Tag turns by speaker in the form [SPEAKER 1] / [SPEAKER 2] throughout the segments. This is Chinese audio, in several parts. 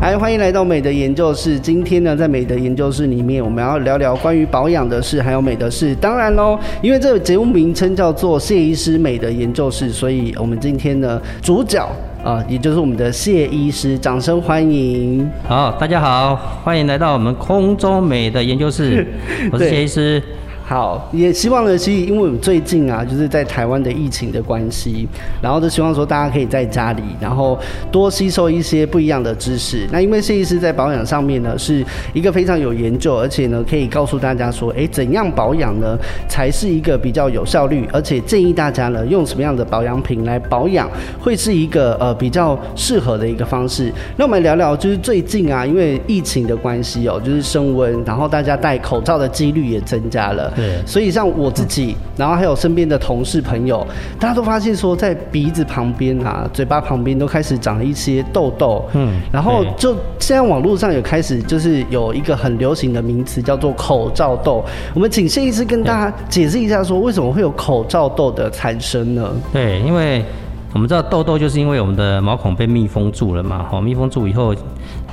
[SPEAKER 1] 哎，欢迎来到美的研究室。今天呢，在美的研究室里面，我们要聊聊关于保养的事，还有美的事。当然喽，因为这个节目名称叫做“谢医师美的研究室”，所以我们今天呢，主角啊、也就是我们的谢医师，掌声欢迎。
[SPEAKER 2] 好，大家好，欢迎来到我们空中美的研究室，我是
[SPEAKER 1] 对
[SPEAKER 2] 谢医师。
[SPEAKER 1] 好，也希望呢，其实因为我们最近啊，就是在台湾的疫情的关系，然后就希望说大家可以在家里，然后多吸收一些不一样的知识。那因为谢医师在保养上面呢，是一个非常有研究，而且呢，可以告诉大家说，诶，怎样保养呢，才是一个比较有效率，而且建议大家呢，用什么样的保养品来保养，会是一个呃比较适合的一个方式。那我们来聊聊，就是最近啊，因为疫情的关系哦，就是升温，然后大家戴口罩的几率也增加了。
[SPEAKER 2] 对
[SPEAKER 1] 所以像我自己，然后还有身边的同事朋友，大家都发现说，在鼻子旁边啊、嘴巴旁边都开始长了一些痘痘。嗯
[SPEAKER 2] 嗯，
[SPEAKER 1] 然后
[SPEAKER 2] 对
[SPEAKER 1] 就现在网络上有开始就是有一个很流行的名词叫做口罩痘。我们请谢医师跟大家解释一下，说为什么会有口罩痘的产生呢？
[SPEAKER 2] 对，因为我们知道痘痘就是因为我们的毛孔被密封住了嘛，哦好，密封住以后，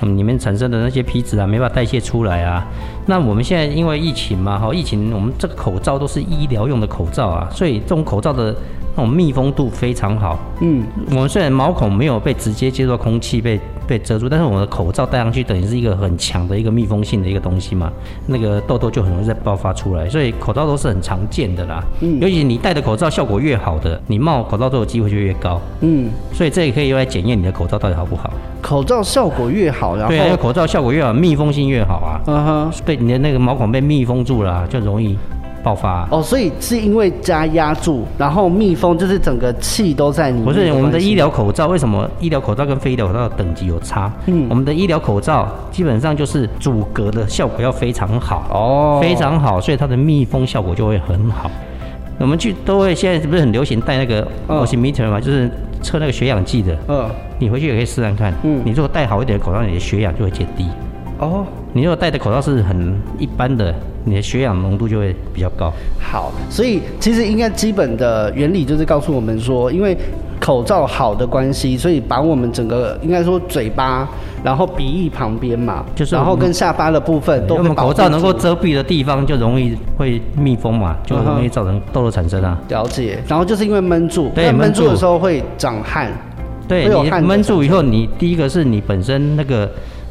[SPEAKER 2] 嗯，里面产生的那些皮脂啊，没办法代谢出来啊。那我们现在因为疫情嘛，哦哈，疫情我们这个口罩都是医疗用的口罩啊，所以这种口罩的那种密封度非常好。
[SPEAKER 1] 嗯，
[SPEAKER 2] 我们虽然毛孔没有被直接接触到空气被被遮住，但是我们的口罩戴上去，等于是一个很强的一个密封性的一个东西嘛，那个痘痘就很容易再爆发出来，所以口罩都是很常见的啦。
[SPEAKER 1] 嗯
[SPEAKER 2] 尤其你戴的口罩效果越好的，你冒口罩痘的机会就越高，
[SPEAKER 1] 嗯，
[SPEAKER 2] 所以这也可以用来检验你的口罩到底好不好。
[SPEAKER 1] 口罩效果越好，然后
[SPEAKER 2] 对啊，因为口罩效果越好，密封性越好啊，
[SPEAKER 1] 嗯哼，
[SPEAKER 2] 被你的那个毛孔被密封住了啊、就容易爆发啊、
[SPEAKER 1] 哦，所以是因为加压住，然后密封，就是整个气都在里面。
[SPEAKER 2] 不是我们的医
[SPEAKER 1] 疗，
[SPEAKER 2] 疗口罩，为什么医疗口罩跟非医疗口罩的等级有差？
[SPEAKER 1] 嗯
[SPEAKER 2] 嗯，我们的医疗口罩基本上就是阻隔的效果要非常好，
[SPEAKER 1] 哦
[SPEAKER 2] 非常好，所以它的密封效果就会很好。我们去都会现在不是很流行戴那个
[SPEAKER 1] 嗯
[SPEAKER 2] oximeter 嘛，就是测那个血氧计的。
[SPEAKER 1] 嗯，
[SPEAKER 2] 你回去也可以试试看，
[SPEAKER 1] 嗯
[SPEAKER 2] 你如果戴好一点的口罩，你的血氧就会减低；
[SPEAKER 1] 哦，
[SPEAKER 2] 你如果戴的口罩是很一般的，你的血氧浓度就会比较高。
[SPEAKER 1] 好，所以其实应该基本的原理就是告诉我们说，因为口罩好的关系，所以把我们整个应该说嘴巴，然后鼻翼旁边嘛，
[SPEAKER 2] 就是
[SPEAKER 1] 然后
[SPEAKER 2] 我们
[SPEAKER 1] 跟下巴的部分都
[SPEAKER 2] 因为我
[SPEAKER 1] 被
[SPEAKER 2] 们
[SPEAKER 1] 保
[SPEAKER 2] 口罩
[SPEAKER 1] 护
[SPEAKER 2] 能够
[SPEAKER 1] 住
[SPEAKER 2] 遮蔽的地方，就容易会密封嘛，就
[SPEAKER 1] 嗯
[SPEAKER 2] 容易造成痘痘产生啊。
[SPEAKER 1] 了解，然后就是因为闷住，
[SPEAKER 2] 对
[SPEAKER 1] 那闷
[SPEAKER 2] 闷
[SPEAKER 1] 住的
[SPEAKER 2] 住
[SPEAKER 1] 时候会长汗，
[SPEAKER 2] 对
[SPEAKER 1] 会有
[SPEAKER 2] 你
[SPEAKER 1] 汗的
[SPEAKER 2] 闷住以后，你第一个是你本身那个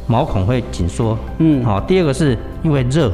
[SPEAKER 2] 毛孔会紧缩，
[SPEAKER 1] 嗯
[SPEAKER 2] 好、第二个是因为热，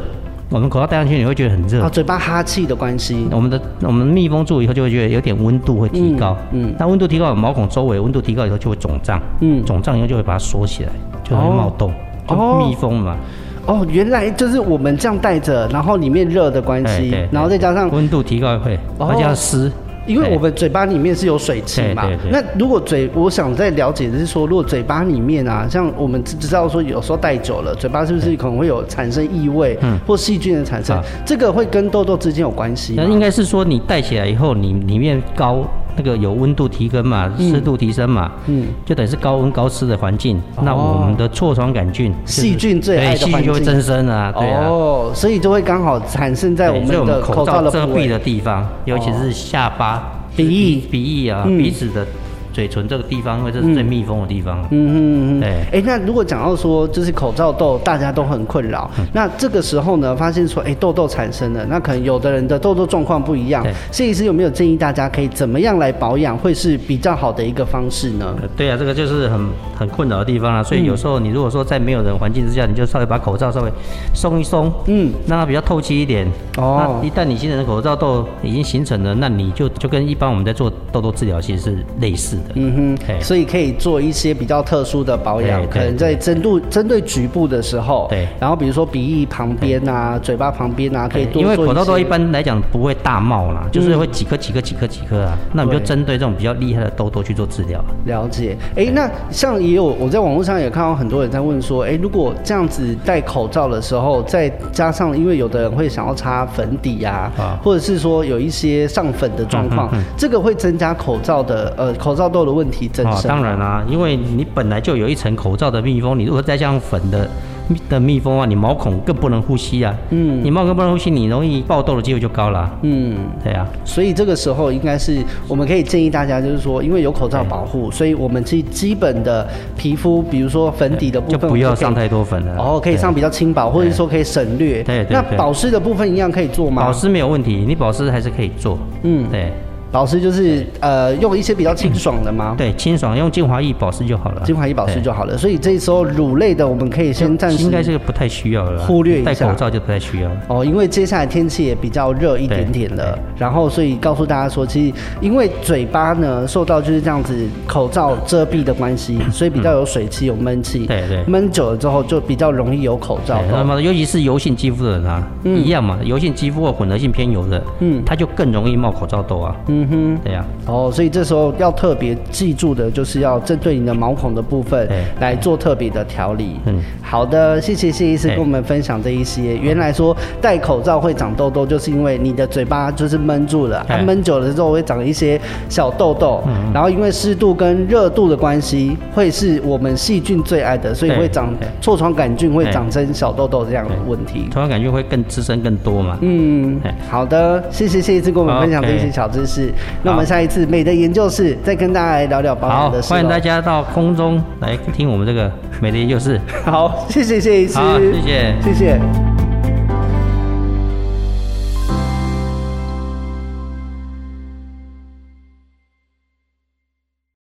[SPEAKER 2] 我们口罩戴上去你会觉得很热。
[SPEAKER 1] 啊，嘴巴哈气的关系，
[SPEAKER 2] 我们的我们密封住以后，就会觉得有点温度会提高，
[SPEAKER 1] 嗯嗯
[SPEAKER 2] 那温度提高，毛孔周围温度提高以后就会肿胀，
[SPEAKER 1] 嗯
[SPEAKER 2] 肿胀以后就会把它缩起来，就容易冒痘，
[SPEAKER 1] 哦
[SPEAKER 2] 就密封嘛，
[SPEAKER 1] 哦，原来就是我们这样戴着，然后里面热的关
[SPEAKER 2] 哎
[SPEAKER 1] 系
[SPEAKER 2] 对，
[SPEAKER 1] 然后再加上
[SPEAKER 2] 温度提高会，
[SPEAKER 1] 哦
[SPEAKER 2] 而且要湿，
[SPEAKER 1] 因为
[SPEAKER 2] 哎
[SPEAKER 1] 我们嘴巴里面是有水汽嘛
[SPEAKER 2] 对，对对
[SPEAKER 1] 那如果嘴，我想再了解的是说，如果嘴巴里面啊，像我们知知道说有时候戴久了，嘴巴是不是可能会有产生异味，
[SPEAKER 2] 嗯
[SPEAKER 1] 或细菌的产生
[SPEAKER 2] 啊，
[SPEAKER 1] 这个会跟痘痘之间有关系吗
[SPEAKER 2] 那？应该是说你戴起来以后，你里面高那个有温度提升嘛，湿度提升嘛，
[SPEAKER 1] 嗯
[SPEAKER 2] 就等于是高温高湿的环境。
[SPEAKER 1] 哦
[SPEAKER 2] 那我们的痤疮杆菌、就是
[SPEAKER 1] 细菌最爱的
[SPEAKER 2] 对细菌就
[SPEAKER 1] 环境
[SPEAKER 2] 会增生啊，对啊。
[SPEAKER 1] 哦，所以就会刚好产生在我
[SPEAKER 2] 对所以
[SPEAKER 1] 们的口
[SPEAKER 2] 口
[SPEAKER 1] 罩
[SPEAKER 2] 罩
[SPEAKER 1] 的
[SPEAKER 2] 遮
[SPEAKER 1] 部
[SPEAKER 2] 蔽
[SPEAKER 1] 位。哦
[SPEAKER 2] 的地方，尤其是下巴、
[SPEAKER 1] 鼻翼
[SPEAKER 2] 鼻翼啊、
[SPEAKER 1] 嗯
[SPEAKER 2] 鼻子的嘴唇这个地方，因为这是最密封的地方。
[SPEAKER 1] 嗯嗯嗯，
[SPEAKER 2] 对
[SPEAKER 1] 哎、那如果讲到说就是口罩痘，大家都很困扰。
[SPEAKER 2] 嗯
[SPEAKER 1] 那这个时候呢，发现说，哎、痘痘产生了，那可能有的人的痘痘状况不一样
[SPEAKER 2] 对。
[SPEAKER 1] 谢医师有没有建议大家可以怎么样来保养，会是比较好的一个方式呢？
[SPEAKER 2] 呃对啊，这个就是很很困扰的地方啊。所以
[SPEAKER 1] 嗯
[SPEAKER 2] 有时候你如果说在没有人环境之下，你就稍微把口罩稍微松一松，
[SPEAKER 1] 嗯，
[SPEAKER 2] 让它比较透气一点。
[SPEAKER 1] 哦
[SPEAKER 2] 啊那一旦你形成的口罩痘已经形成了，那你就就跟一般我们在做痘痘治疗其实是类似的。
[SPEAKER 1] 嗯
[SPEAKER 2] 哎
[SPEAKER 1] 哼，所以可以做一些比较特殊的保养，
[SPEAKER 2] 对
[SPEAKER 1] 可能
[SPEAKER 2] 对
[SPEAKER 1] 在针对针对局部的时候，
[SPEAKER 2] 对
[SPEAKER 1] 然后比如说鼻翼旁边啊、嘴巴旁边啊，可以多做
[SPEAKER 2] 因为口罩痘一
[SPEAKER 1] 些嗯
[SPEAKER 2] 般来讲不会大冒啦，就是会几颗几颗几颗几颗啊。那我们就
[SPEAKER 1] 对
[SPEAKER 2] 针对这种比较厉害的痘痘去做治疗啊。
[SPEAKER 1] 了解，哎、那像也有我在网络上也看到很多人在问说，哎、如果这样子戴口罩的时候，再加上因为有的人会想要擦粉底啊，
[SPEAKER 2] 啊嗯
[SPEAKER 1] 或者是说有一些上粉的状况，这个会增加口罩的呃口罩痘的问题增
[SPEAKER 2] 哦，
[SPEAKER 1] 生。
[SPEAKER 2] 当然啦、因为你本来就有一层口罩的密封，你如果再加上粉的密的密封啊，你毛孔更不能呼吸啊。嗯，你毛孔不能呼吸，你容易爆痘的机会就高了啊。
[SPEAKER 1] 嗯，
[SPEAKER 2] 对啊，
[SPEAKER 1] 所以这个时候应该是我们可以建议大家，就是说，因为有口罩保护，所以我们去基本的皮肤，比如说粉底的部
[SPEAKER 2] 就
[SPEAKER 1] 分，
[SPEAKER 2] 不
[SPEAKER 1] 我
[SPEAKER 2] 要
[SPEAKER 1] 们就
[SPEAKER 2] 上
[SPEAKER 1] 可以。
[SPEAKER 2] 太多粉了。
[SPEAKER 1] 哦，可以上比较轻薄，或者
[SPEAKER 2] 对
[SPEAKER 1] 说可以省略。
[SPEAKER 2] 对对
[SPEAKER 1] 那
[SPEAKER 2] 对
[SPEAKER 1] 保湿的部分一样可以做吗？
[SPEAKER 2] 保湿没有问题，你保湿还是可以做。
[SPEAKER 1] 嗯，
[SPEAKER 2] 对
[SPEAKER 1] 保湿就是呃用一些比较清爽的吗？
[SPEAKER 2] 对，清爽用精华液保湿就好了。
[SPEAKER 1] 精华液保湿就好了。所以这时候乳类的我们可以先暂时
[SPEAKER 2] 应该这个不太需要了啦，
[SPEAKER 1] 忽略一下
[SPEAKER 2] 戴口罩就不太需要了。
[SPEAKER 1] 哦，因为接下来天气也比较热一点点了，然后所以告诉大家说，其实因为嘴巴呢受到就是这样子口罩遮蔽的关系，所以比较有水汽、有闷气，
[SPEAKER 2] 对对
[SPEAKER 1] 闷久了之后就比较容易有口罩
[SPEAKER 2] 对那
[SPEAKER 1] 痘。
[SPEAKER 2] 么尤其是油性肌肤的人啊，
[SPEAKER 1] 嗯
[SPEAKER 2] 一样嘛，油性肌肤或混合性偏油的，嗯，他就更容易冒口罩痘啊。
[SPEAKER 1] 嗯哼。
[SPEAKER 2] 对呀、
[SPEAKER 1] 哦，所以这时候要特别记住的，就是要针对你的毛孔的部分
[SPEAKER 2] 对
[SPEAKER 1] 来做特别的调理。
[SPEAKER 2] 嗯
[SPEAKER 1] 好的，谢谢谢医师
[SPEAKER 2] 对
[SPEAKER 1] 跟我们分享这一些。原来说戴口罩会长痘痘，就是因为你的嘴巴就是闷住了，它、
[SPEAKER 2] 对
[SPEAKER 1] 闷久了之后会长一些小痘痘，
[SPEAKER 2] 嗯
[SPEAKER 1] 然后因为湿度跟热度的关系，会是我们细菌最爱的，所以
[SPEAKER 2] 对
[SPEAKER 1] 会长
[SPEAKER 2] 对
[SPEAKER 1] 痤疮杆菌会
[SPEAKER 2] 对
[SPEAKER 1] 长成小痘痘这样的问题。
[SPEAKER 2] 突然感觉会更滋生更多嘛。
[SPEAKER 1] 嗯
[SPEAKER 2] 哎，
[SPEAKER 1] 好的，谢谢谢一次跟我们分享这些小知识。那我们下一次美的研究室再跟大家来聊聊保
[SPEAKER 2] 好
[SPEAKER 1] 养的，事。
[SPEAKER 2] 欢迎大。家到空中来听我们这个美丽又是。
[SPEAKER 1] 好，谢谢谢一次，
[SPEAKER 2] 好，谢谢。
[SPEAKER 1] 谢谢